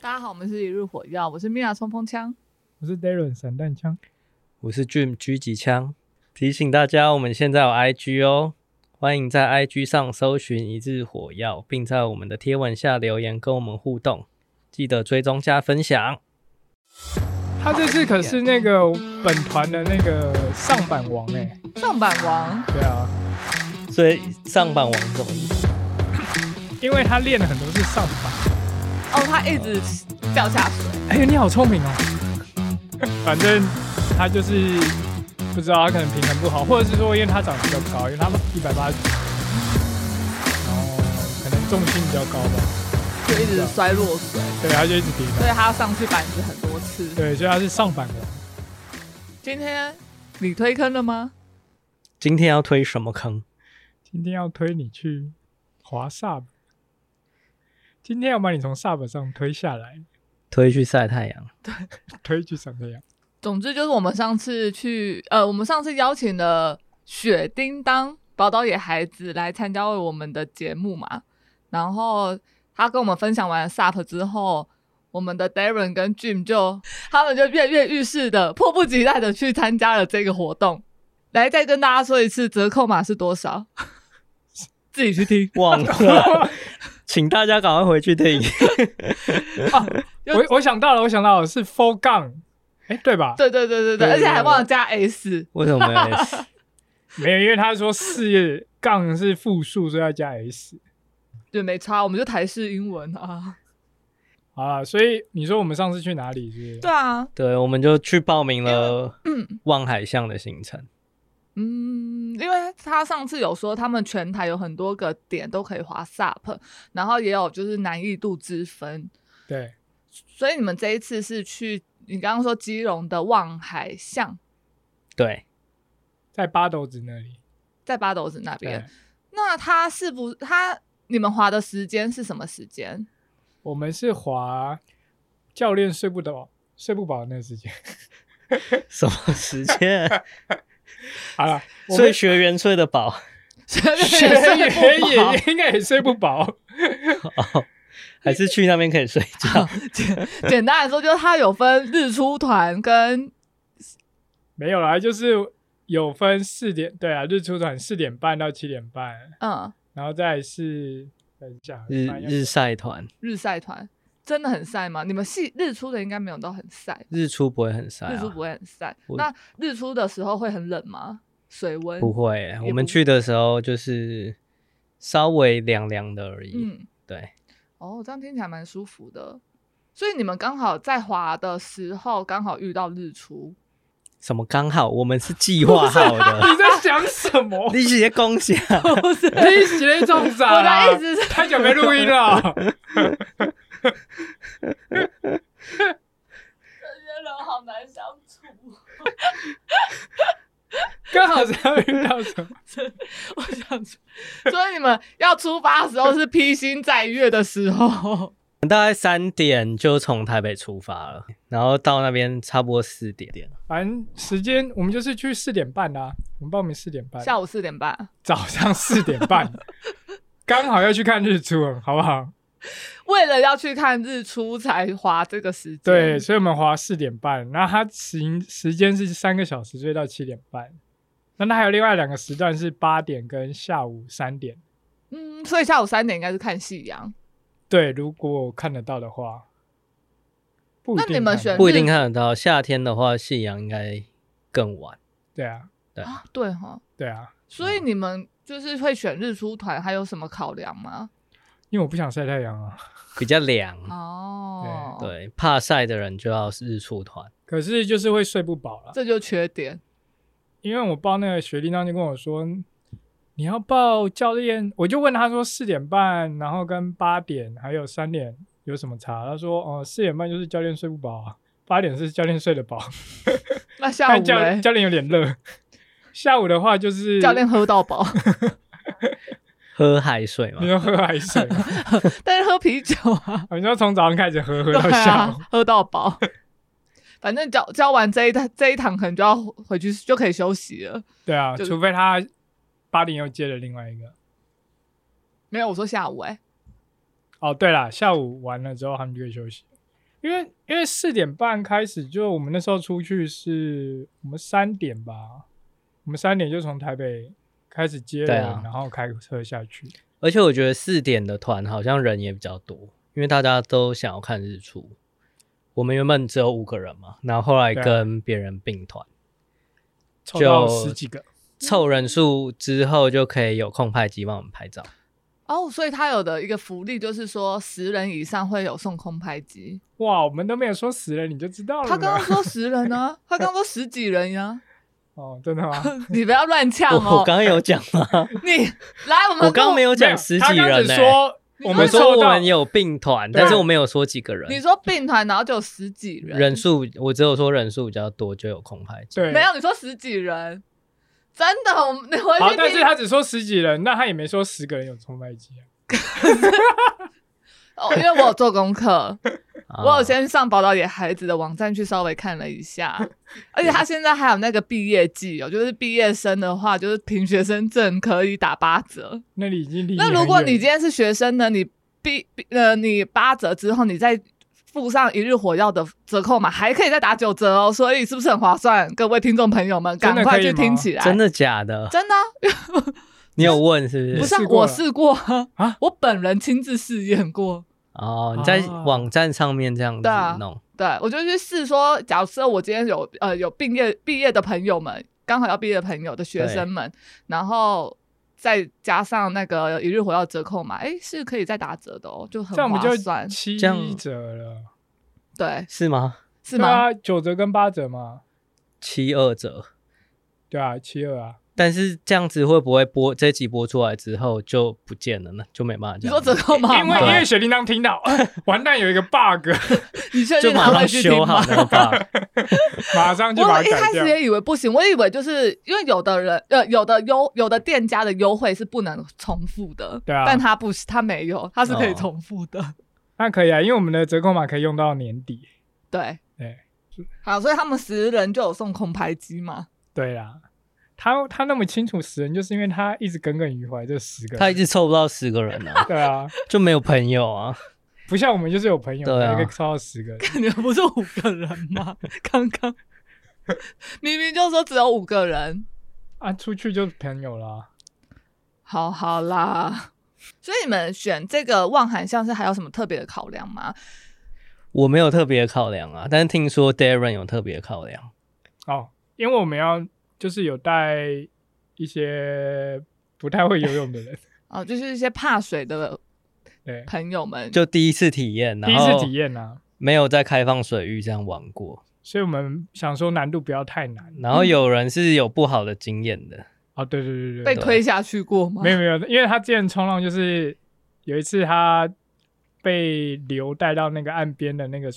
大家好，我们是一日火药，我是米娅冲锋枪。我是 Darren 散弹枪，我是 Jim 狙击枪，提醒大家，我们现在有 IG 哦，欢迎在 IG 上搜寻一日火药，并在我们的贴文下留言跟我们互动，记得追踪加分享。他这次可是那个本团的那个上版王哎、上版王对啊，所以上榜王是什么意思？因为他练了很多次上版。哦，他一直掉下水，哎呦，你好聪明哦！ 反正他就是不知道，他可能平衡不好，或者是说因为他长得比较高，因为他一百八十，然后可能重心比较高吧，就一直摔落水，对，他就一直跌所倒。以他上去板子很多次。对，所以他是上版王。今天你推坑了吗？今天要推什么坑？今天要推你去滑 sub，今天要把你从 sub 上推下来，推去晒太阳。推去什么呀？总之就是我们上次去，呃，我们上次邀请了雪叮当宝岛野孩子来参加我们的节目嘛，然后他跟我们分享完 SUP 之后，我们的 Darren 跟 Jim 就他们就跃跃欲试的、迫不及待的去参加了这个活动。来，再跟大家说一次，折扣码是多少？ 自己去听。忘 了，请大家赶快回去听。我我想到了，我想到了是 four 杠，哎，对吧？对对对对对，对而且还忘了加 S。为什么要 S？没有，因为他说四杠是复数，所以要加 s。对，没差，我们就台式英文啊。好了，所以你说我们上次去哪里是不是？对啊， 对，我们就去报名了望海巷的行程。嗯，因为他上次有说他们全台有很多个点都可以滑 SUP，然后也有就是难易度之分，对，所以你们这一次是去你刚刚说基隆的望海巷，对，在八斗子那里。在八斗子那对边。，那他是不他你们滑的时间是什么时间？ 我们是滑教练睡不着、睡不饱的那个时间。什么时间？好了，我所们以学员 睡得饱。学员学也睡不饱员 也应该也睡不饱。哦，还是去那边可以睡觉。简简单来说，就是他有分日出团跟没有啦，就是有分四点，对啊，日出团四点半到七点半，嗯然后再来是等一下日翻译日晒团，日晒团，真的很晒吗？你们系日出的应该没有到很晒。日出不会很晒、啊，日出不会很晒。我那日出的时候会很冷吗？水温不会欸、不我们去的时候就是稍微凉凉的而已。嗯，对，哦，这样听起来蛮舒服的。所以你们刚好在滑的时候，刚好遇到日 出，什么刚好，我们是计划好的。 你在想什么？你直接恭喜啊！不是？你写的种啥我啦？的意思是， 太久没录音了。 这些人好难相处。刚好是要遇到什么？我想说，所以你们要出发的时候是披星戴月的时 候，我 们大概三点就从台北出发了，然后到那边差不多四点点。反正时间我们就是去四点半啦、我们报名四点半，下午四点半。早上四点 半，刚好要去看日出了，好不好？为了要去看日出才滑这个时间，对，所以我们滑四点半，然后它行时间是三个小时，所以到七点半。那它还有另外两个时段是八点跟下午三点。嗯，所以下午三点应该是看夕阳。对，如果看得到的话，不一定那你们看得到选不一定看得到，夏天的话夕阳应该更晚。对啊，对啊，对哈、对啊，所以你们就是会选日出团，还有什么考量吗？因为我不想晒太阳啊。比较凉。哦，，嗯对，怕晒的人就要日出团。可是就是会睡不饱啦。这就缺点。因为我报那个学历，当就跟我说你要报教练，我就问他说四点半，然后跟八点还有三点有什么差？他说哦，四点半就是教练睡不饱啊，八点是教练睡得饱，那下午但 教嘞？教练有 点热。下午的话就是教练喝到饱，喝海水嘛你，要喝海水 嘛，但是喝啤酒啊，我们就从早上开始喝，喝到对下啊午。，喝到饱。反正教教完这一堂这一堂，可能就要回去就可以休息了。对啊，就是除非他八点又接了另外一个。没有，我说下午哎、哦，对啦，下午完了之后他们就可以休息。因为因为四点半开始，就我们那时候出去是我们三点吧，我们三点就从台北开始接对人，啊然后开车下去。而且我觉得四点的团好像人也比较多，因为大家都想要看日出。我们原本只有五个人嘛，然后后来对啊跟别人并团，凑到就十几个，凑人数之后就可以有空拍机帮我们拍照。哦，所以它有的一个福利就是说，十人以上会有送空拍机。哇，我们都没有说死人，你就知道了呢。他刚刚说十人呢、他刚刚说十几人呀、哦，真的吗？你不要乱呛我哦我！刚刚有讲吗？你来，我们我刚刚没有没有讲十他几刚人只呢、说你我刚们我说凑我到们有并团，对但是我没有说几个人。你说并团，然后就有十几人，人数，我只有说人数比较多就有空拍机。对没有？你说十几人，真的？我们我好去，但听是他只说十几人，那他也没说十个人有冲麦机啊。哦，因为我有做功课， 啊我有先上宝岛野孩子的网站去稍微看了一下，而且他现在还有那个毕业季哦，就是毕业生的话，就是凭学生证可以打八折。那里已经离那很如果你远今天是学生呢，你毕毕呃你八折之后，你再附上一日火药的折扣码，还可以再打九折哦，所以是不是很划算？各位听众朋友们，真赶的快可以去听吗起来，真的假的？真的啊、你有问是不不是？是啊试过我了试过啊啊 我本人亲自试验过。哦，你在啊网站上面这样子对啊弄，对，我就去试说，假设我今天有呃有毕业毕业的朋友们，刚好要毕业的朋友的学生们，然后再加上那个一日火药折扣嘛，哎，是可以再打折的哦，就很这样我们划就算。七这样折了，对，是吗？是吗？对啊，九折跟八折嘛，七二折。对啊，七二啊，但是这样子会不会播这集播出来之后就不见了呢？就没办法你这样说了。折扣码因为吗？因对为雪叮当听 到，完蛋有一个 bug， 你确就定马他上会去听修好吗？那个 bug，马上就我把一它改开掉始。也以为不行，我以为就是因为有的人呃有的优有的店家的优惠是不能重复的，对啊但他不是，他没有，他是可以哦重复的。那可以啊，因为我们的折扣码可以用到年底。对对好，所以他们十人就有送空拍机嘛？对啦，他他那么清楚死人，就是因为他一直耿耿于怀这十个人。他一直凑不到十个人啊，对啊，就没有朋友啊。不像我们就是有朋友，对啊可以超到十个人。 你们不是五个人吗？ 刚刚明明就说只有五个人，啊，出去就是朋友啦。好好啦。所以你们选这个望海巷是还有什么特别的考量吗？我没有特别考量啊，但是听说 Darren 有特别考量，哦，因为我们要就是有带一些不太会游泳的 人，哦，就是一些怕水的对，朋友们，就第一次体验，第然一后次体验啊，没有在开放水域这样玩过。所以我们想说难度不要太难。然后有人是有不好的经验的，哦，对对对对被对，推下去过吗？没有没有，因为他之前冲浪就是有一次他被流带到那个岸边的那个，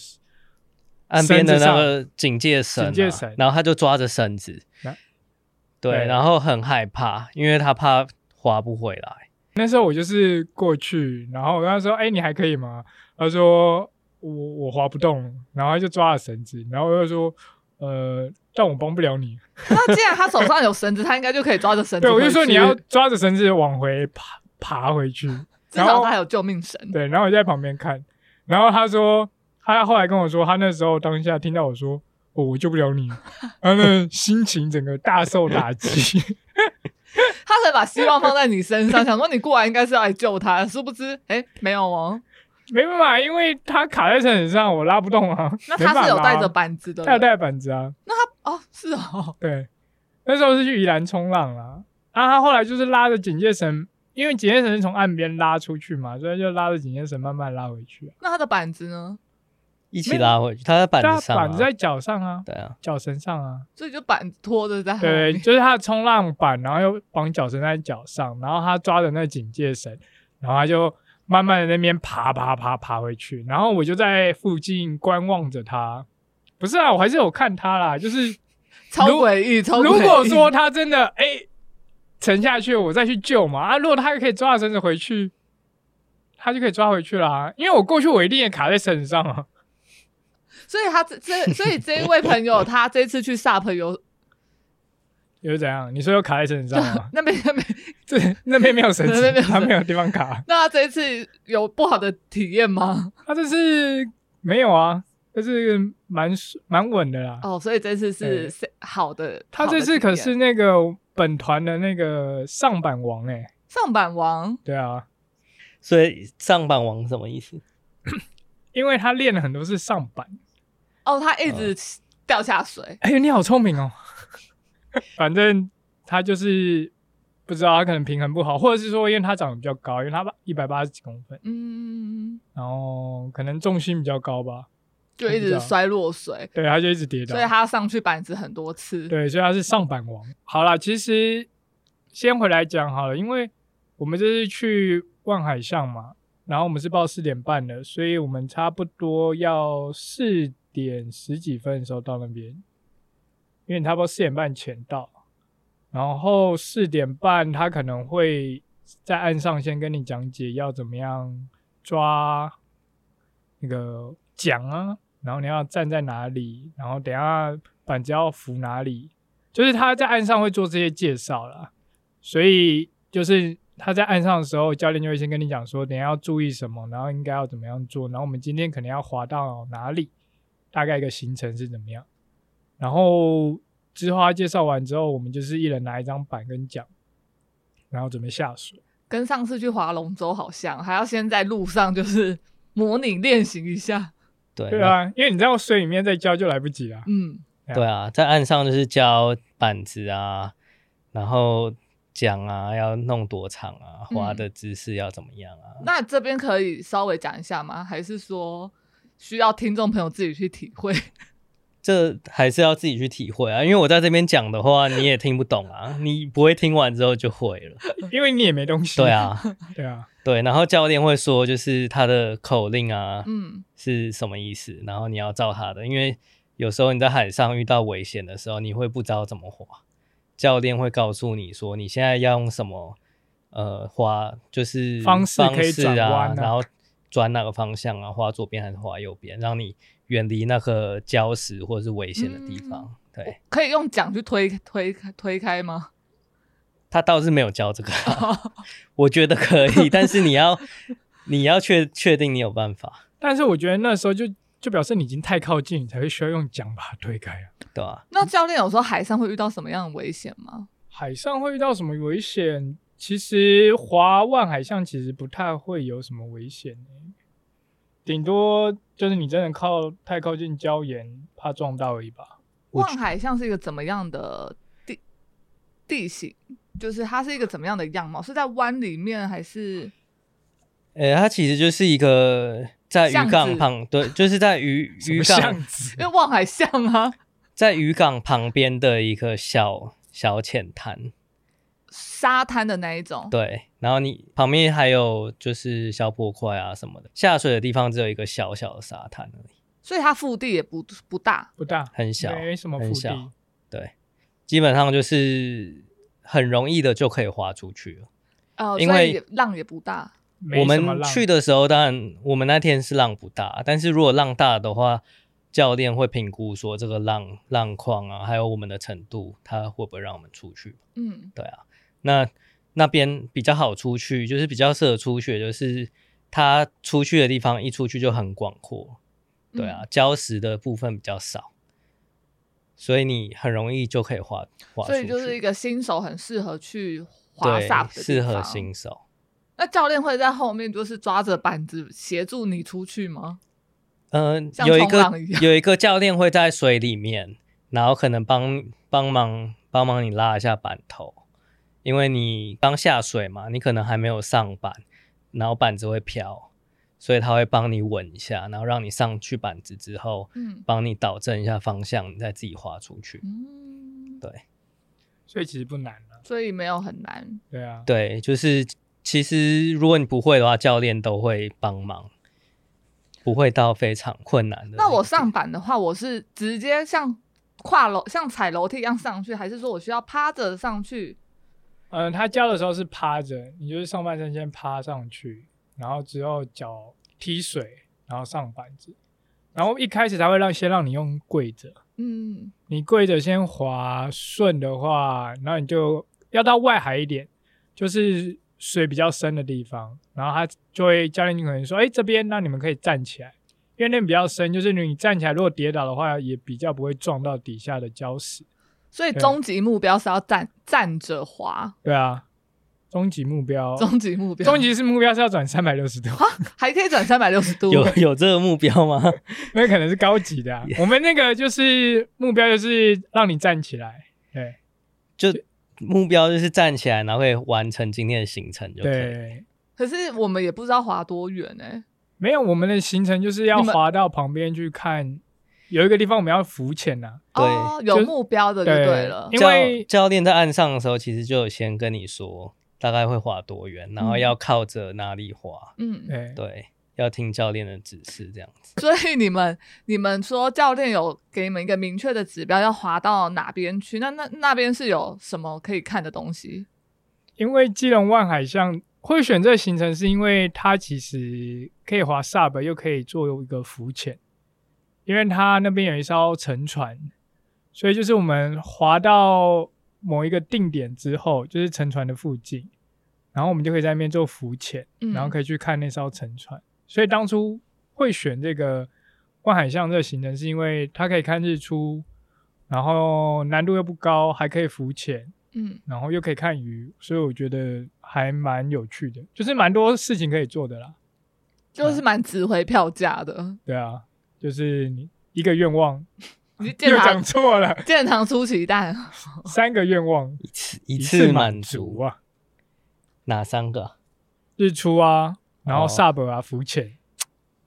岸边的那个警戒绳啊、警戒绳然后他就抓着绳子然，对，对然后很害怕，因为他怕划不回来。那时候我就是过去，然后我跟他说：“哎、你还可以吗？”他说：“我我划不动。”然后他就抓了绳子，然后我就说：“呃，但我帮不了你。” 那既然他手上有绳子，他应该就可以抓着绳子对，回去。我就说你要抓着绳子往回爬爬回去，至然少后他有救命绳。对，然后我就在旁边看，然后他说他后来跟我说，他那时候当下听到我说。哦、我救不了你，然后那心情整个大受打击。他可以把希望放在你身上，想说你过来应该是要来救他，殊不知哎、诶没有哦。没办法，因为他卡在绳子上，我拉不动啊。 那没他办法是有带着拉，板子的，他有带板子啊。哦，是哦，对，那时候是去宜兰冲浪啦。啊，他后来就是拉着警戒绳，因为警戒绳是从岸边拉出去嘛，所以就拉着警戒绳慢慢拉回去、啊。那他的板子呢？一起拉回去，他在板但子他上、啊，板子在脚上啊，对啊，脚绳上啊。所以就板拖着在后对，面就是他的冲浪板，然后又绑脚绳在脚上，然后他抓着那警戒绳，然后他就慢慢的那边爬爬爬爬回去，然后我就在附近观望着他。不是啊，我还是有看他啦，就是超如诡异，超诡异。如果说他真的哎、沉下去，我再去救嘛啊！如果他可以抓着绳子回去，他就可以抓回去啦。因为我过去我一定也卡在绳子上啊。 所以他这这，所以这一位朋友他这次去 SUP 有？又怎样？你说又卡在绳子上吗 那边那边，这那边没有绳那子边没有，绳子他没有地方卡。那他这一次有不好的体验吗？他这是没有啊，但是蛮蛮稳的啦。哦，所以这次是哎是好的。他好的这次体可验是那个本团的那个上版王哎、上版王，对啊，所以上榜王什么意思？因为他练了很多是上版。哦，他一直掉下水，哎呦，你好聪明哦！ 反正他就是不知道，他可能平衡不好，或者是说因为他长得比较高，因为他一百八十几公分，嗯，然后可能重心比较高吧，就一直摔落水，对，他就一直跌倒所以。他上去板子很多次。对，所以他是上版王。好啦，其实先回来讲好了，因为我们这次去万海巷嘛，然后我们是报四点半的，所以我们差不多要四点十几分的时候到那边，因为你差不多四点半前到，然后四点半他可能会在岸上先跟你讲解要怎么样抓那个桨啊，然后你要站在哪里，然后等一下板子要扶哪里，就是他在岸上会做这些介绍啦。所以就是他在岸上的时候，教练就会先跟你讲说，等一下要注意什么，然后应该要怎么样做，然后我们今天可能要滑到哪里，大概一个行程是怎么样。然后之后他介绍完之后，我们就是一人拿一张板跟桨，然后准备下水。跟上次去划龙舟好像，还要先在路上就是 模拟练习一下。对对啊，因为你在水里面再教就来不及啦。嗯，那对啊，在岸上就是教板子啊，然后桨啊要弄多长啊，嗯划的姿势要怎么样啊。那这边可以稍微讲一下吗？还是说需要听众朋友自己去体会？这还是要自己去体会啊，因为我在这边讲的话，你也听不懂啊，你不会听完之后就会了。因为你也没东西。对，啊，对啊，对，然后教练会说，就是他的口令啊嗯，是什么意思，然后你要照他的，因为有时候你在海上遇到危险的时候，你会不知道怎么划，教练会告诉你说你现在要用什么呃划，就是方式可以转方式弯啊，啊然后转哪个方向啊，划左边还是划右边，让你远离那个礁石或者是危险的地嗯方。对可以用桨去推推推开吗？他倒是没有教 这个啊、我觉得可以，但是你要你要确确定你有办法，但是我觉得那时候就就表示你已经太靠近，你才会需要用桨把它推开啊。对吧、那教练有时候海上会遇到什么样的危险吗？海上会遇到什么危险？其实划万海巷其实不太会有什么危险、欸，顶多就是你真的靠太靠近礁岩，怕撞到而已吧。我望海像是一个怎么样的地地形？就是它是一个怎么样的样貌？是在湾里面还是？呃，它其实就是一个在渔巷港子旁，对，就是在渔 什渔么巷港子因为望海巷啊，在渔港旁边的一个小小浅滩，沙滩的那一种。对，然后你旁边还有就是小坡块啊什么的，下水的地方只有一个小小的沙滩而已，所以它腹地也不不大。不大，很小，没什么腹很地小，，对，基本上就是很容易的就可以划出去了。呃，因所以为也浪也不大。没我什么们浪去的时候，当然我们那天是浪不大，但是如果浪大的话，教练会评估说这个浪浪况啊，还有我们的程度，他会不会让我们出去？嗯，对啊，那那边比较好出去，就是比较适合出去，就是它出去的地方一出去就很广阔，嗯对啊，礁石的部分比较少，所以你很容易就可以划划出所去，以就是一个新手很适合去滑对 SUP 的地适合方新手。那教练会在后面就是抓着板子协助你出去吗？嗯、像有一冲个浪一样有一个教练会在水里面，然后可能帮帮忙帮忙你拉一下板头，因为你刚下水嘛，你可能还没有上板，然后板子会飘，所以他会帮你稳一下，然后让你上去板子之后，嗯帮你导正一下方向，你再自己滑出去。嗯，对所以其实不难了、所以没有很难。对啊，对，就是其实如果你不会的话，教练都会帮忙，不会到非常困难的。那我上板的话，我是直接像跨楼、像踩楼梯一样上去，还是说我需要趴着上去？嗯、他教的时候是趴着，你就是上半身先趴上去，然后之后脚踢水，然后上板子，然后一开始他会让先让你用跪着，嗯你跪着先滑顺的话，然后你就要到外海一点，就是水比较深的地方，然后他就会教练你可能说，哎、这边那你们可以站起来，因因为那比较深，就是你站起来如果跌倒的话，也比较不会撞到底下的礁石。所以对啊终极目标是要站站着滑，对啊，终极目标，终极目标，哦终极是目标是要转三百六十度，还可以转三百六十度，有有这个目标吗？ 那可能是高 级的、啊。我们那个就是目标，就是让你站起来。对就目标就是站起来，然后会完成今天的行程就可以。对，可是我们也不知道滑多远哎、 没有我们的行程就是要你们滑到旁边去看，有一个地方我们要浮潜啊。对哦，有就目标的就对对了。因教为教练在岸上的时候，其实就有先跟你说大概会滑多远，然后要靠着哪里滑，嗯，对，对，要听教练的指示这样子。所以你们你们说教练有给你们一个明确的指标，要滑到哪边去？那那那边是有什么可以看的东西？因为基隆万海巷会选这个行程，是因为它其实可以滑 SUP，又可以做一个浮潜，因为它那边有一艘沉船，所以就是我们滑到某一个定点之后，就是沉船的附近，然后我们就可以在那边做浮潜，嗯然后可以去看那艘沉船。所以当初会选这个万海巷这个行程，是因为它可以看日出，然后难度又不高，还可以浮潜。嗯，然后又可以看鱼，所以我觉得还蛮有趣的，就是蛮多事情可以做的啦。嗯就是蛮值回票价的。对啊，就是你一个愿望你去 建又讲堂 错了，建堂出奇蛋，啊三个愿望一次一次次满满足足，啊，哪三个啊？日出啊，然后哦 sub 啊，浮潜，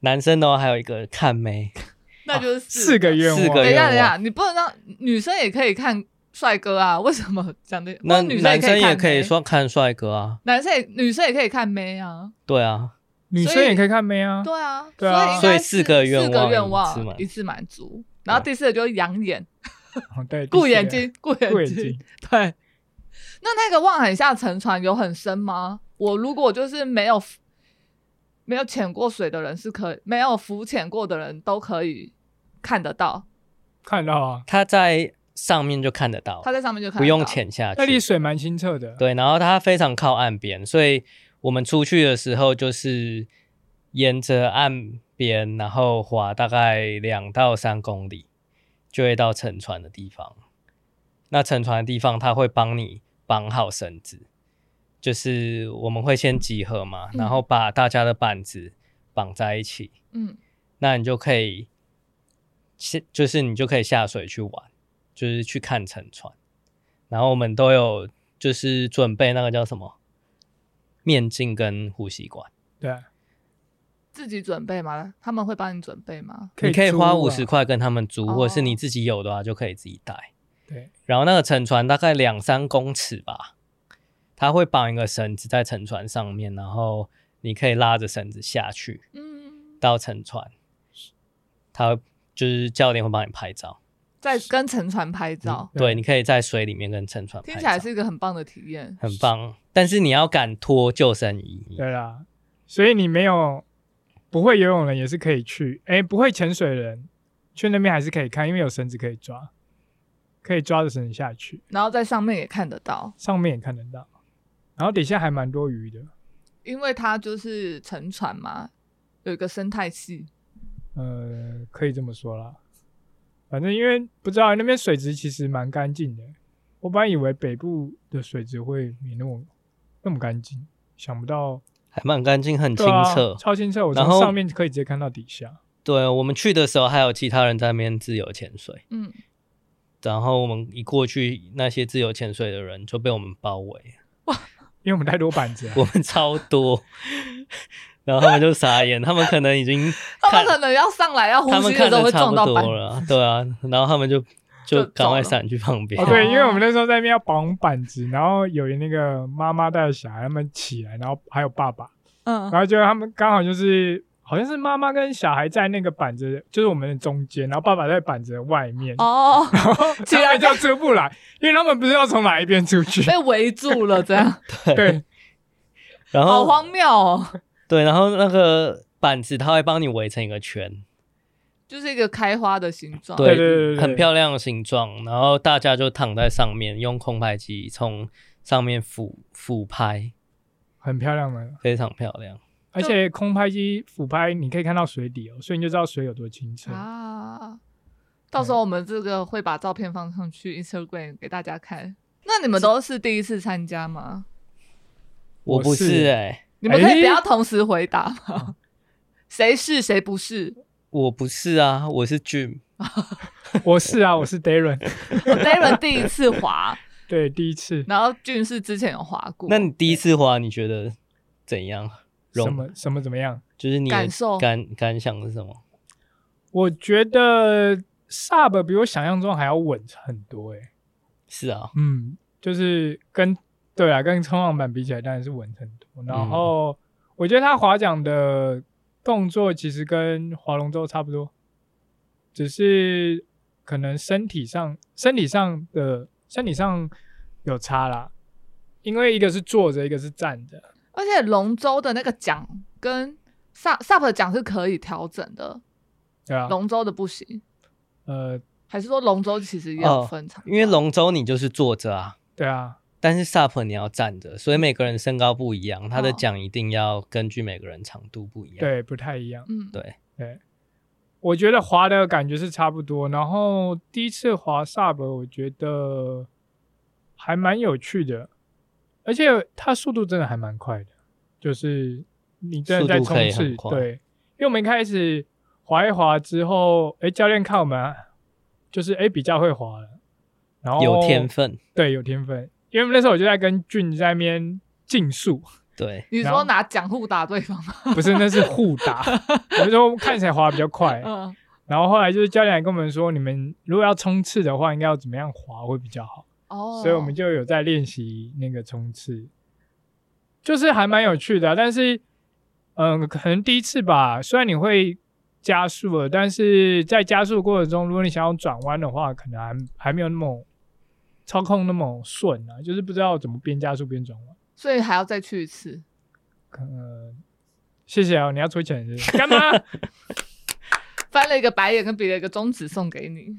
男生的话还有一个看妹， 那就是四个愿哦四望个啊等一下，愿望等一下，你不能让女生也可以看帅哥啊？为什么讲的？那或者女男生生也也可看妹，以说看帅哥啊，男生也女生也可以看妹啊。对啊，女生也可以看妹啊，对啊，对所啊以应该所以是四个愿望四个愿一次满望足啊一次满足，然后第四个就是养眼，哦对，顾眼第四睛， 顾个，顾眼眼睛睛。，对，那那个望海下沉船有很深吗？我如果就是没有没有潜过水的人是可以，没有浮潜过的人都可以看得到，看到啊，他在上面就看得到他，在上面就看得到不用。潜下那里去。水蛮清澈的，对，然后它非常靠岸边，所以我们出去的时候就是沿着岸边，然后划大概两到三公里，就会到沉船的地方。那沉船的地方，它会帮你绑好绳子，就是我们会先集合嘛，然后把大家的板子绑在一起，嗯，那你就可以下，就是你就可以下水去玩，就是去看沉船。然后我们都有就是准备那个叫什么面镜跟呼吸管，对啊，自己准备吗？他们会帮你准备吗？可以你可以租花啊五十块跟他们租，哦或者是你自己有的话就可以自己带。对，然后那个沉船大概两三公尺吧，它会绑一个绳子在沉船上面，然后你可以拉着绳子下去嗯，到沉船，它就是教练会帮你拍照。在跟沉船拍照，对对，你可以在水里面跟沉船拍听起来照是一个很棒的体验。很棒，但是你要敢脱救生衣，对啦，所以你没有不会游泳的人也是可以去，哎、不会潜水的人去那边还是可以看，因为有绳子可以抓，可以抓着绳子下去，然后在上面也看得到，上面也看得到，然后底下还蛮多鱼的，因为它就是沉船嘛，有一个生态系。呃，可以这么说啦。反正因为不知道那边水质其实蛮干净的，我本来以为北部的水质会没那么那么干净，想不到还蛮干净，很清对啊澈。超清澈，我然从后上面可以直接看到底下。对，我们去的时候还有其他人在那边自由潜水，嗯，然后我们一过去，那些自由潜水的人就被我们包围， 因为我们太多板子了，我们超多， 然后他们就傻眼，他们可能 已经他看们可能要上来要呼他们吸的看时候的会差撞不到板。多了，对啊，然后他们就就就赶快走了闪去旁边哦，，哦对，因为我们那时候在那边要绑板子，然后有那个妈妈带着小孩他们起来，然后还有爸爸，嗯然后就他们刚好就是好像是妈妈跟小孩在那个板子，就是我们的中间，然后爸爸在板子的外面， 哦，然后起他来们就出不来，因为他们不知道从哪一边出去。被围住了，这 样对，然好后荒谬哦，对，然后那个板子它会帮你围成一个圈，就是一个开花的形状。对对对对很漂亮的形状。然后大家就躺在上面，用空拍机从上面俯俯拍，很漂亮的，非常漂亮。而且空拍机俯拍你可以看到水底哦，所以你就知道水有多清澈。啊。到时候我们这个会把照片放上去 Instagram 给大家看。那你们都是第一次参加吗？我不是是哎、你们可以诶不要同时回答啊吗？谁是谁不是我不是啊，我是 Jim。我是啊，我是 Darren，我？Darren 第一次 滑，对，第一次然后俊是之前有滑过。那你第一次滑，你觉得怎样？什容么什么怎么样？就是你的感受感感想是什么？我觉得 Sub 比我想象中还要稳很多诶、是啊，嗯，就是跟对啊，跟冲浪板比起来当然是稳很多。然后、我觉得他划桨的动作其实跟划龙舟差不多，只是可能身体上身体上的身体上有差啦，因为一个是坐着，一个是站着。而且龙舟的那个桨跟 SUP SUP 的桨是可以调整的，对啊，龙舟的不行，呃，还是说龙舟其实也有分场、啊哦因为龙舟你就是坐着啊，对啊，但是 SUP 你要站着，所以每个人身高不一样，他的哦桨一定要根据每个人长度不一样。对，不太一样。嗯对对，我觉得滑的感觉是差不多。然后第一次滑 sub，我觉得还蛮有趣的，而且它速度真的还蛮快的，就是你真的在速度可冲以很刺。快对，因为我们一开始滑一滑之后，哎，教练看我们就是哎比较会滑了，然后有天，分。对，有天分。因为那时候我就在跟俊在那边竞速，对，你然说后拿桨互打对方吗？不是那是互 打，我就说看谁滑比较快，嗯，然后后来就是教练还跟我们说，你们如果要冲刺的话，应该要怎么样滑会比较好，哦，所以我们就有在练习那个冲刺，就是还蛮有趣的啊、但是，嗯，可能第一次吧，虽然你会加速了，但是在加速过程中，如果你想要转弯的话，可能还还没有那么操控那么顺啊，就是不知道怎么边加速边转弯。所以还要再去一次。可能谢谢啊，你要出钱是不是干嘛？翻了一个白眼，跟比了一个中指送给你。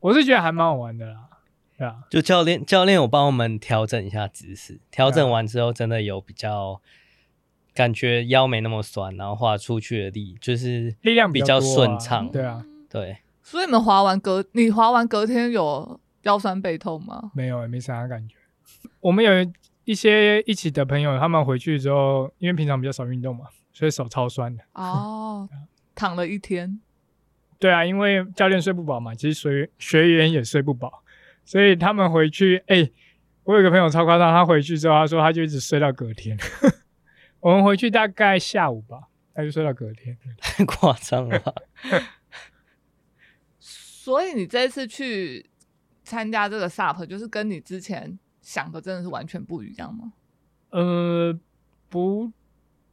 我是觉得还蛮好玩的啦，对啊，就教练教练有帮我们调整一下姿势，调嗯整完之后真的有比较感觉腰没那么酸，然后画出去的力就是力量比较较多啊顺畅。对啊嗯对， 所以你们滑完隔，你滑完隔天有腰酸背痛吗？没有，没啥感觉。我们有一些一起的朋友，他们回去之后，因为平常比较少运动嘛，所以手超酸的。 哦，躺了一天，对啊，因为教练睡不饱嘛，其实学学员也睡不饱，所以他们回去，哎、我有个朋友超夸张，他回去之后，他说他就一直睡到隔天。 我们回去大概下午吧，他就睡到隔天。太夸张了吧？所以你这次去参加这个 SUP，就是跟你之前想的真的是完全不一样吗？呃，不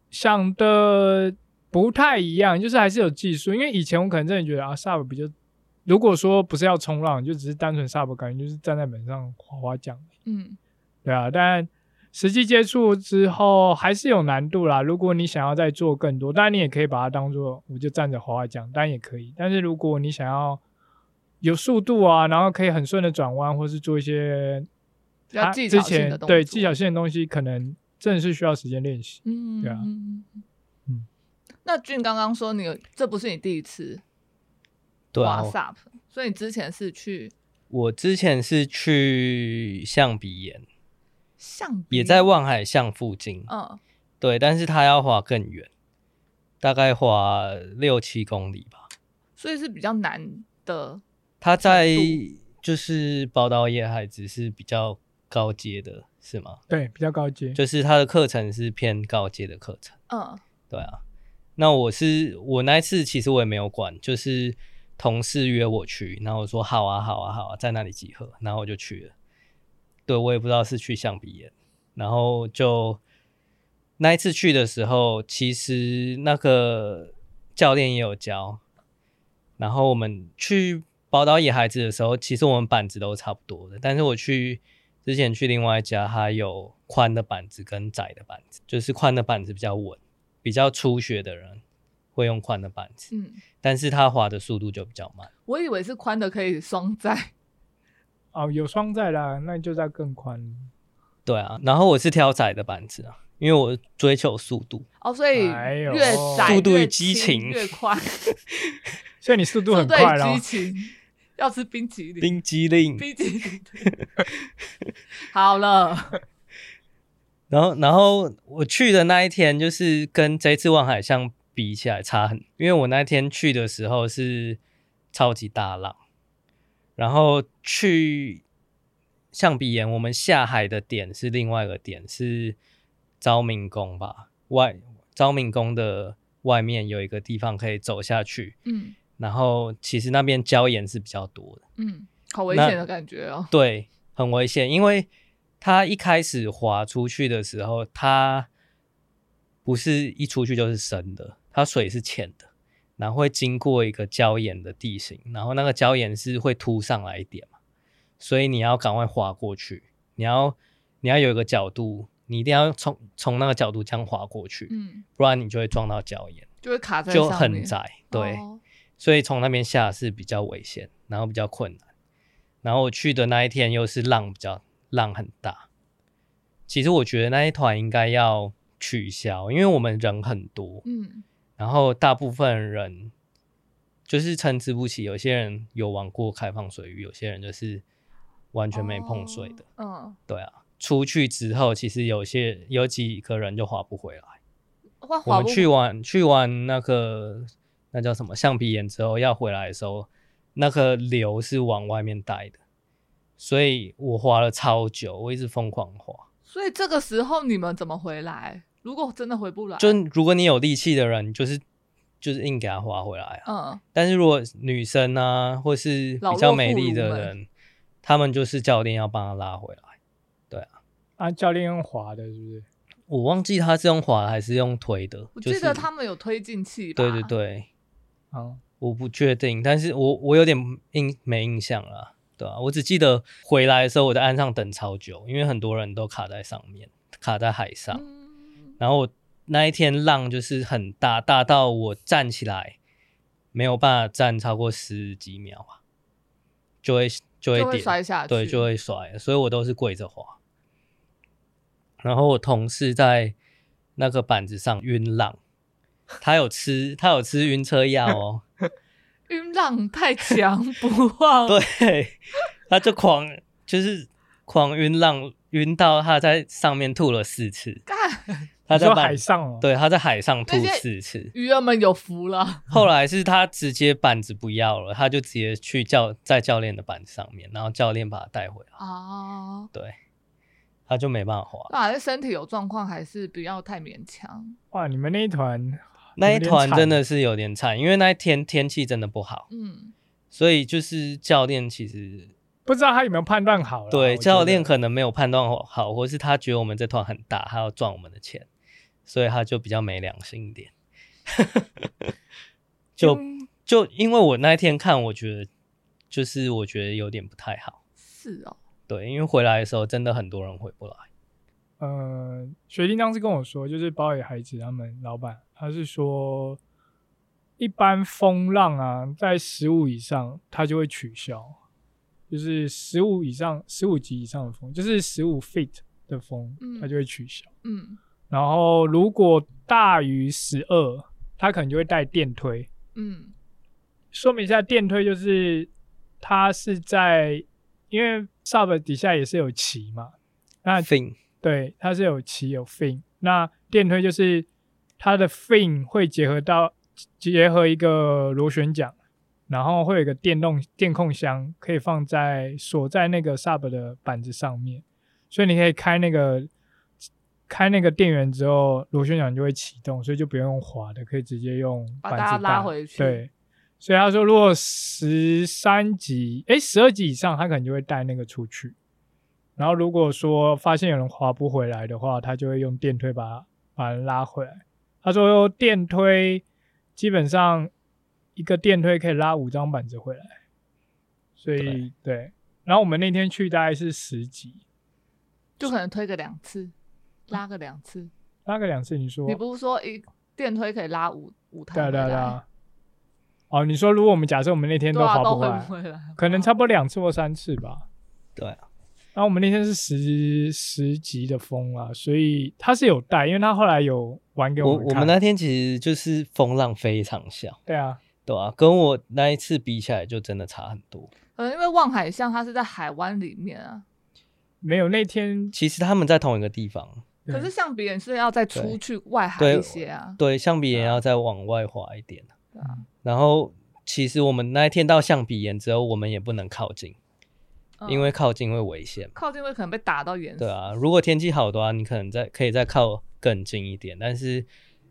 想的不太一样，就是还是有技术。因为以前我可能真的觉得啊，sub 比较，如果说不是要冲浪，就只是单纯 sub，感觉就是站在板上滑滑桨，嗯，对啊。但实际接触之后还是有难度啦。如果你想要再做更多，当然你也可以把它当做我就站着滑滑桨，当然也可以。但是如果你想要有速度啊，然后可以很顺的转弯，或是做一些比较他技巧之性的前动对作技巧性的东西，可能真的是需要时间练习。嗯，对啊嗯嗯嗯嗯。那俊刚刚说你有，这不是你第一次对滑啊， SUP，、所以你之前是去我之前是去象鼻岩，象鼻也在望海巷附近。嗯，对，但是它要滑更远，大概滑六七公里吧。所以是比较难的它在程就是宝岛野海只是比较高阶的，是吗？对，比较高阶。就是它的课程是偏高阶的课程。嗯对啊，那我是我那一次其实我也没有管，就是同事约我去，然后我说好啊好啊好啊，在那里集合，然后我就去了。对我也不知道是去象鼻岩，然后就那一次去的时候，其实那个教练也有教，然后我们去宝岛野孩子的时候，其实我们板子都差不多的，但是我去之前去另外一家，它有宽的板子跟窄的板子，就是宽的板子比较稳，比较初学的人会用宽的板子，嗯，但是它滑的速度就比较慢。我以为是宽的可以双载， 哦，有双载啦，那就再更宽。对啊，然后我是挑窄的板子啊，因因为我追求速度，哦，所以哎呦越窄速度与越激轻情越 快，所以你速度速很度快与咯激。情，要吃冰淇淋，冰激凌。冰淇淋， 好了，然后，然后我去的那一天，就是跟这次望海巷比起来差很，因为我那天去的时候是超级大浪，然后去象鼻岩，我们下海的点是另外一个点，是昭明宫吧？外昭明宫的外面有一个地方可以走下去，嗯然后其实那边礁岩是比较多的。嗯，好危那险的感觉哦，对，很危险，因为他一开始滑出去的时候，他不是一出去就是深的，它水是浅的，然后会经过一个礁岩的地形，然后那个礁岩是会凸上来一点嘛，所以你要赶快滑过去，你要你要有一个角度，你一定要从从那个角度这样滑过去，嗯，不然你就会撞到礁岩，就会卡在就上很面，窄，对。哦所以从那边下是比较危险，然后比较困难。然后我去的那一天又是浪比较浪很大，其实我觉得那一团应该要取消，因为我们人很多，嗯然后大部分人就是参差不齐，有些人有玩过开放水域，有些人就是完全没碰水的。嗯，对啊，出去之后其实有些有几个人就划不回来。哇，我滑们不去玩去玩那个那叫什么橡皮岩之后，要回来的时候，那个流是往外面带的，所以我滑了超久，我一直疯狂滑。所以这个时候你们怎么回来？如果真的回不来，就如果你有力气的人，你就是就是硬给他滑回来啊。嗯，但是如果女生啊，或是比较美丽老弱的妇孺人，他们就是教练要帮他拉回来。啊，教练用滑的，是不是？我忘记他是用滑的还是用推的，我就是记得他们有推进器吧？对对对，啊，我不确定，但是我我有点印没印象了，对啊，我只记得回来的时候我在岸上等超久，因为很多人都卡在上面，卡在海上。嗯，然后我那一天浪就是很大，大到我站起来没有办法站超过十几秒啊，就会就就会会点，摔下去，对，就会甩，所以我都是跪着滑。然后我同事在那个板子上晕浪，他有吃他有吃晕车药哦。晕浪太强不忘， 对，他就狂就是狂晕浪，晕到他在上面吐了四次。干他你在说板海上哦，对，他在海上吐那些四次。鱼儿们有福了，后来是他直接板子不要了，他就直接去教在教练的板子上面，然后教练把他带回来，哦，对，他就没办法啊滑。那身体有状况还是不要太勉强，哇，你们那一团那一有点团惨真的是有点惨，因为那一天天气真的不好，嗯，所以就是教练其实不知道他有没有判断好啦。对，我觉得教练可能没有判断好，或是他觉得我们这团很大，他要赚我们的钱，所以他就比较没良心一点。 就嗯就因为我那一天看，我觉得就是我觉得有点不太好，是哦，对，因为回来的时候真的很多人回不来，呃，学弟当时跟我说，就是包野孩子他们老板，他是说，一般风浪啊，在十五以上，他就会取消，就是十五以上、十五级以上的风，就是十五 feet 的风嗯，他就会取消。嗯然后如果大于十二，他可能就会带电推。嗯说明一下，电推就是它是在，因为 sub 底下也是有旗嘛，那 fin 对，它是有鳍有 fin。那电推就是它的 fin 会结合到结合一个螺旋桨，然后会有一个电动电控箱，可以放在锁在那个 sub 的板子上面，所以你可以开那个开那个电源之后，螺旋桨就会启动，所以就不用滑的，可以直接用把板子大家拉带回去对。所以他说，如果十三级，哎，十二级以上，他可能就会带那个出去。然后如果说发现有人滑不回来的话，他就会用电推把把人拉回来。他说用电推基本上一个电推可以拉五张板子回来，所以对对然后我们那天去大概是十级，就可能推个两次，拉个两次，拉个两次，你说你不是说一电推可以拉五五对台啊回对啊对来，啊。哦，你说如果我们假设我们那天对啊，滑都不回回来，不回来，可能差不多两次或三次吧。对啊，然后我们那天是十十级的风啊，所以他是有带，因为他后来有玩给我们我看。们那天其实就是风浪非常小，对啊，对啊，跟我那一次比起来，就真的差很多。呃，因为望海巷它是在海湾里面啊，没有那天其实他们在同一个地方，对可是象鼻岩是要再出对去外海对一些啊。对，象鼻岩要再往外滑一点。对啊然后其实我们那一天到象鼻岩之后，我们也不能靠近，嗯因为靠近会危险。靠近会可能被打到岩石。对啊，如果天气好的话，你可能再可以再靠更近一点，但是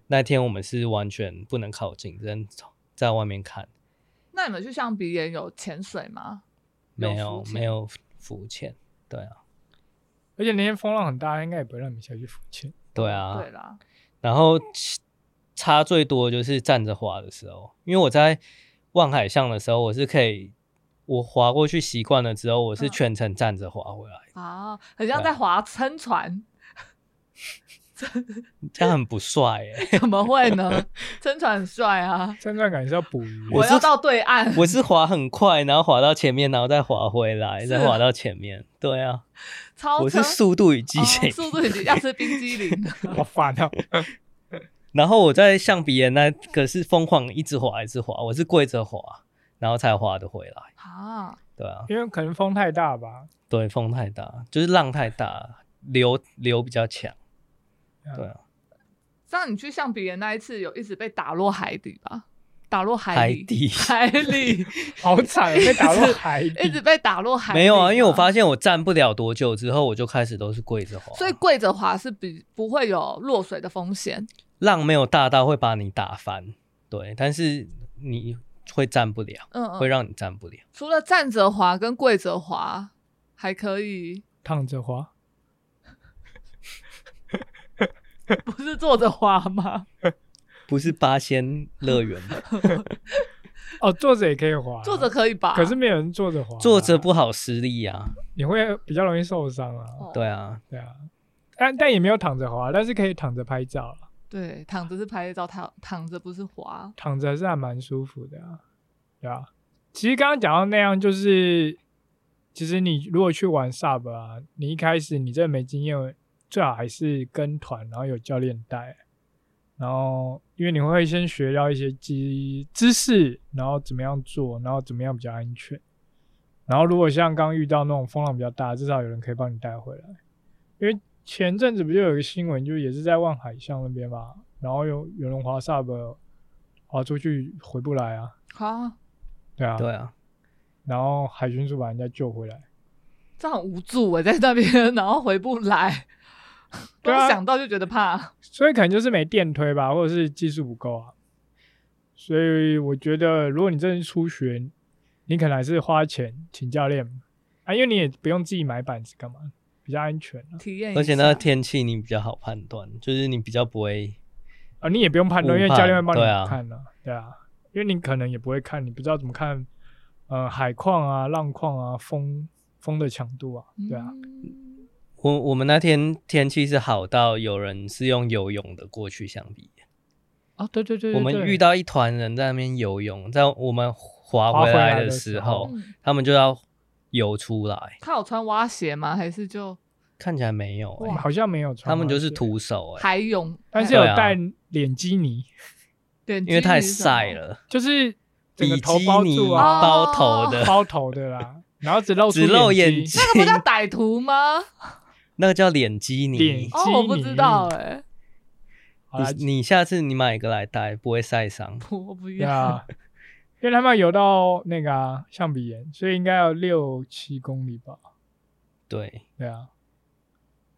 那天我们是完全不能靠近，只能从在外面看，那你们去象鼻岩有潜水吗？有没浮有潜没有浮潜。对啊，而且那天风浪很大，应该也不会让你们下去浮潜。对啊，对啦，然后其差最多就是站着滑的时候，因为我在望海巷的时候，我是可以我滑过去习惯了之后，我是嗯全程站着滑回来，啊，很像对啊在划撑船，这样很不帅耶、 怎么会呢？撑船很帅啊！站转感是要捕鱼， 我是要到对岸，我是滑很快，然后滑到前面，然后再滑回来，是啊再滑到前面。对啊，超我车是速度与激哦情。速度已 经要吃冰激凌了。好烦啊！然后我在象鼻岩那个是疯狂一直滑一直滑，我是跪着滑，然后才滑得回来。啊，对啊，因为可能风太大吧。对，风太大，就是浪太大，流流比较强。对嗯啊，像你去象鼻岩那一次，有一直被打落海底吧？打落海海里，底海 里好惨，啊被打入海 一底直。被打落海里。没有啊，因为我发现我站不了多久之后，我就开始都是跪着滑，所以跪着滑是比不会有落水的风险。浪没有大到会把你打翻，对，但是你会站不了，嗯会嗯，让你站不了。除了站着滑跟跪着滑，还可以躺着滑，不是坐着滑吗？不是八仙乐园 吧，哦，坐着也可以滑，坐着，可以吧？可是没有人坐着滑，坐着不好施力啊。你会比较容易受伤啊。哦对啊，对啊，但但也没有躺着滑，但是可以躺着拍照啊，对，躺着是拍照，躺躺着不是滑。躺着还是还蛮舒服的啊。对啊，其实刚刚讲到那样，就是其实你如果去玩 sub 啊，你一开始你真的没经验，最好还是跟团，然后有教练带。然后，因为你会先学到一些知知识，然后怎么样做，然后怎么样比较安全。然后，如果像刚遇到那种风浪比较大，至少有人可以帮你带回来。因为前阵子不就有一个新闻，就也是在望海巷那边嘛，然后有有人滑 sub 滑出去回不来啊，啊，对啊，对啊，然后海巡署把人家救回来，这样很无助欸我在那边，然后回不来，对啊光想到就觉得怕。所以可能就是没电推吧，或者是技术不够啊。所以我觉得，如果你真的是初学，你可能还是花钱请教练啊，因为你也不用自己买板子干嘛，比较安全啊。体验一下，而且那个天气你比较好判断，就是你比较不会。啊，你也不用判断，因为误判教练会帮对啊你看呢、对啊，因为你可能也不会看，你不知道怎么看，呃，海况啊、浪况啊、风风的强度啊，对啊，嗯我我们那天天气是好到有人是用游泳的过去相比，哦啊，对对对我们遇到到一团人在那边游泳，在我们滑滑回回来来的的时时候候，嗯他们就要游出来，他有穿蛙鞋吗？还是就看起来没有、欸，好像没有穿，他们就是，徒手、欸，海泳？但是哎有对啊戴脸基尼，点因击为太率是什么晒。了，就是哦整比个头基包尼住啊啊，包头的， 包头的啦，然后只露出只露眼眼睛，那个不叫歹徒 吗？那个叫脸基尼脸。哦，我不知道哎， 好啦，你你下次你买一个来戴，不会晒伤。不我不对要。啊， 因为他们有游到那个啊象鼻岩，所以应该要六七公里吧，对，对啊，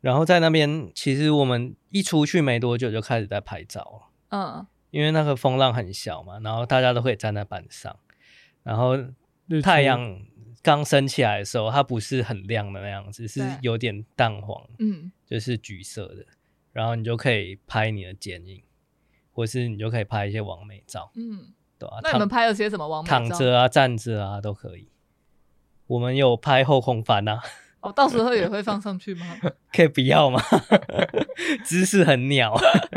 然后在那边，其实我们一出去没多久就开始在拍照了，嗯，因为那个风浪很小嘛，然后大家都可以站在板上，然后日出太阳刚升起来的时候，它不是很亮的那样子，是对有点淡黄，嗯，就是橘色的，然后你就可以拍你的剪影，或是你就可以拍一些完美照，嗯，对吧、那你们拍了些什么王美啊躺照躺着啊，站着啊都可以。我们有拍后空翻啊，我哦到时候也会放上去吗？可以不要吗？ 姿势很鸟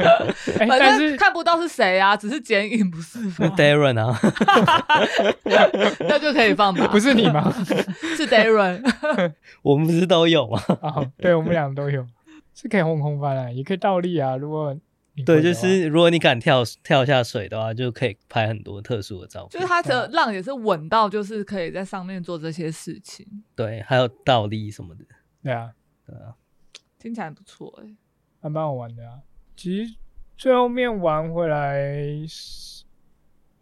哎，反但正是看不到是谁啊，只是剪影不是吗？ ，Darren 啊， 那就可以放吧。不是你吗？ 是 Darren， 我们不是都有吗？啊，对我们俩都有，是可以轰空翻啊，也可以倒立啊。如果你对，会的就话是如果你敢跳跳下水的话，就可以拍很多特殊的照就是片。他的浪也是稳到，就是可以在上面做这些事情，对，还有倒立什么的。对啊，听起来不错哎、还蛮好玩的啊。其实最后面玩回来是，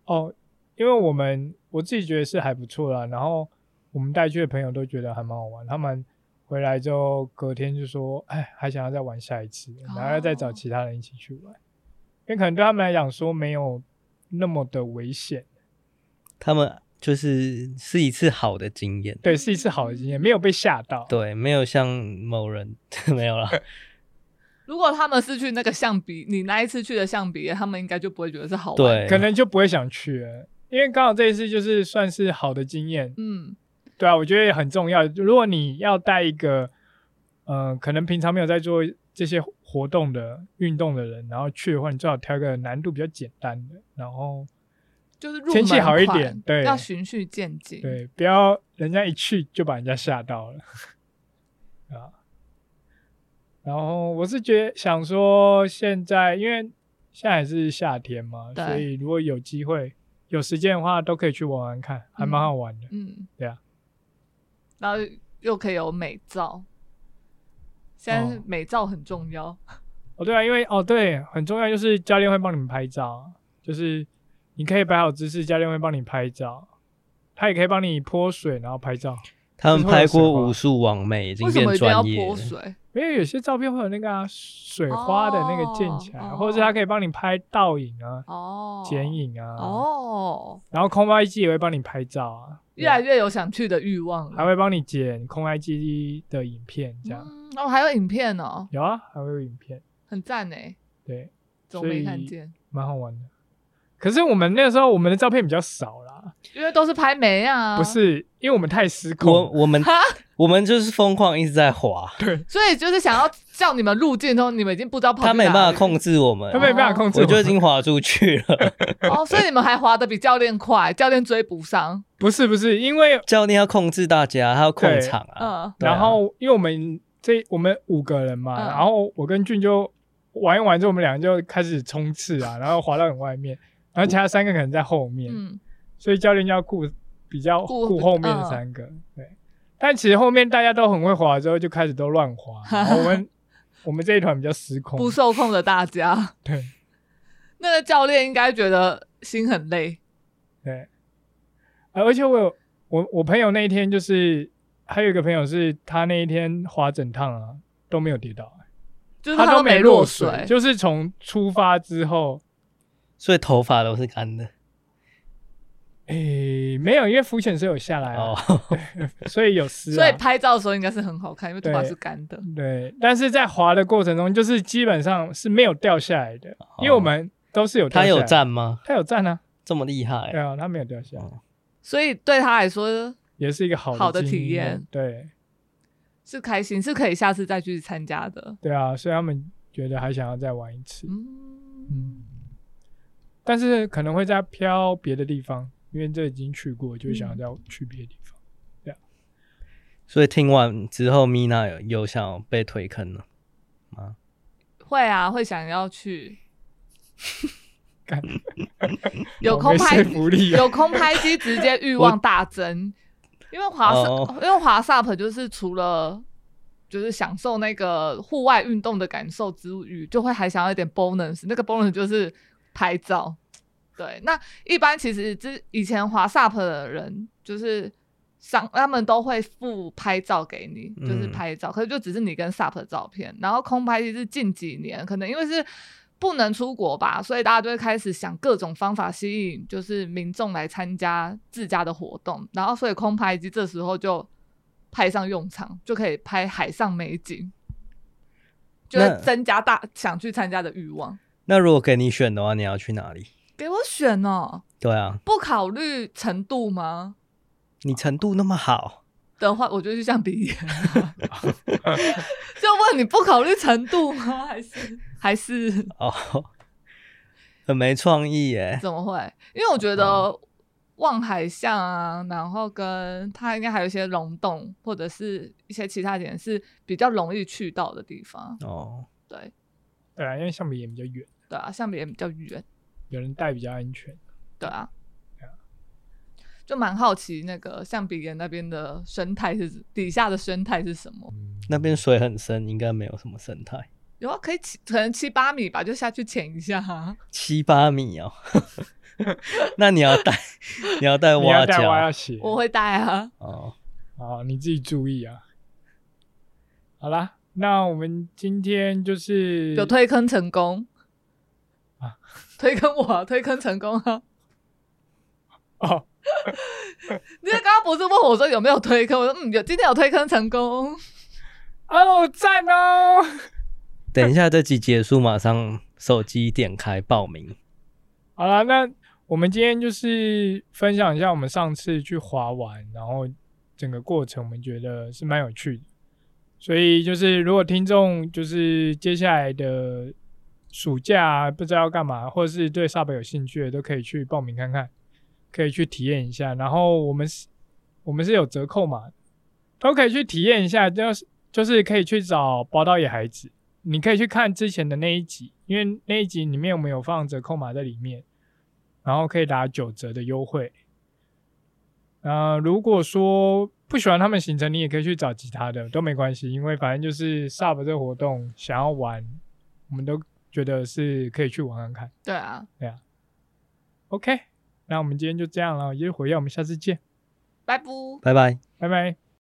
哦，因为我们我自己觉得是还不错啦。然后我们带去的朋友都觉得还蛮好玩，他们回来之后隔天就说：“哎，还想要再玩下一次，然后要再找其他人一起去玩。因为可能对他们来讲说没有那么的危险，他们就是是一次好的经验，对，是一次好的经验，没有被吓到。对，没有像某人 没有啦，如果他们是去那个象鼻，你那一次去的象鼻，他们应该就不会觉得是好玩。，对，可能就不会想去了，因为刚好这一次就是算是好的经验，嗯，对啊，我觉得也很重要。如果你要带一个，呃，可能平常没有在做这些活动的运动的人，然后去的话，你最好挑一个难度比较简单的，然后就是入门天气好一款点对要循序渐进。，对，不要人家一去就把人家吓到了 啊。然后我是觉得想说，现在因为现在也是夏天嘛，对所以如果有机会、有时间的话，都可以去玩玩看，还蛮好玩的。嗯，对啊，然后又可以有美照，现在哦美照很重要。哦，对啊，因为哦对，很重要就是教练会帮你们拍照，就是你可以摆好姿势，教练会帮你拍照，他也可以帮你泼水，然后拍照。他们拍就是会有水过花无数网美，已经为什变么一定要专业泼了。水？因为有些照片会有那个、啊、水花的那个溅起来，哦或者是他可以帮你拍倒影啊、哦，剪影啊，哦，然后空拍机也会帮你拍照啊，越来越有想去的欲望了。还会帮你剪空拍机的影片，这样、嗯哦，还有影片哦，有啊，还会有影片，很赞哎，对，怎么没看所见？蛮好玩的。可是我们那时候我们的照片比较少啦，因为都是拍梅啊，不，是因为我们太失控了我我们哈我们就是疯狂一直在滑，所以就是想要叫你们入境之后，你们已经不知道跑去他没哪办里法控制我们他，没办法控制我们就已经滑出去了。 哦，所以你们还滑得比教练快，教练追不上。不是不是，因为教练要控制大家，他要控场啊。嗯，对啊然后因为我们这我们五个人嘛，嗯然后我跟俊就玩一玩之后，我们两个就开始冲刺啊，然后滑到很外面，然后其他三个可能在后面，嗯，所以教练就要顾比较顾嗯顾后面的三个。对，但其实后面大家都很会滑，之后就开始都乱 滑，然后我们我们这一团比较失控，不受控的大家， 对那个教练应该觉得心很累。对，呃而且我有我我朋友那一天就是还有一个朋友是他那一天滑整趟啊都没有跌倒。啊就是他都没落水，水，就是从出发之后，所以头发都是干的诶、没有，因为浮潜是有下来、啊哦，所以 有湿、啊，所以拍照的时候应该是很好看，因为头发对是干的。对，但是在滑的过程中，就是基本上是没有掉下来的，因为我们都是有掉哦 他下来有，站吗？他有站啊，这么厉害对？啊，他没有掉下来，哦所以对他来说也是一个好的好的经体验验，对是开心，是可以下次再去参加的。对啊，所以他们觉得还想要再玩一次，嗯，嗯，但是可能会再飘别的地方，因为这已经去过，就嗯想要再去别的地方，所以听完之后，米娜有有想要被推坑了。会啊，会想要去。 干有好空没拍说服力啊，有空拍机直接欲望大增，因为华沙，哦因为华沙 p 就是除了就是享受那个户外运动的感受之余，就会还想要一点 bonus，那个 bonus 就是拍照。对，那一般其实之以前华沙 p 的人就是。上他们都会附拍照给你，就是嗯拍照，可是就只是你跟 SUP 的照片。然后空拍机是近几年，可能因为是不能出国吧，所以大家就会开始想各种方法吸引，就是民众来参加自家的活动，然后所以空拍机这时候就派上用场，就可以拍海上美景，就那会增加大想去参加的欲望。那如果给你选的话，你要去哪里？给我选哦，对啊，不考虑程度吗？你程度那么好，的话， 我就去橡皮眼。就问你不考虑程度吗？ 还是还是哦， 很没创意耶。怎么会？因为我觉得望海巷啊，然后跟它应该还有一些溶洞或者是一些其他点是比较容易去到的地方。哦，对对啊，因为橡皮也比较远，对啊，橡皮眼比较远。有人带比较安全。对啊对啊，就蛮好奇那个象鼻岩那边的生态是底下的生态是什么？那边水很深，应该没有什么生态。有啊，可以起，可能七八米吧，就下去潜一下、啊。七八米哦， 那你要带 你要带你要蛙带蛙要脚鞋我会带啊，哦。啊，你自己注意啊。好啦，那我们今天就是有推坑成功啊，推坑我 啊、推坑成功啊！哦，你刚刚不是问我说有没有推坑？我说嗯，有，今天有推坑成功。哦，赞哦！等一下这集结束，马上手机点开报名。好啦，那我们今天就是分享一下我们上次去滑玩，然后整个过程我们觉得是蛮有趣的。所以就是如果听众就是接下来的暑假啊、不知道要干嘛，或者是对 Sub 有兴趣的，都可以去报名看看，可以去体验一下。然后我们是，我们是有折扣嘛，都可以去体验一下，就是就是可以去找宝岛野孩子。你可以去看之前的那一集，因为那一集里面我们有放折扣码在里面，然后可以打九折的优惠。呃，如果说不喜欢他们行程，你也可以去找其他的，都没关系，因为反正就是 Sub 这个活动想要玩，我们都觉得是可以去玩玩看。对啊， OK，那我们今天就这样了，夜火药，我们下次见，拜拜。拜拜。拜拜。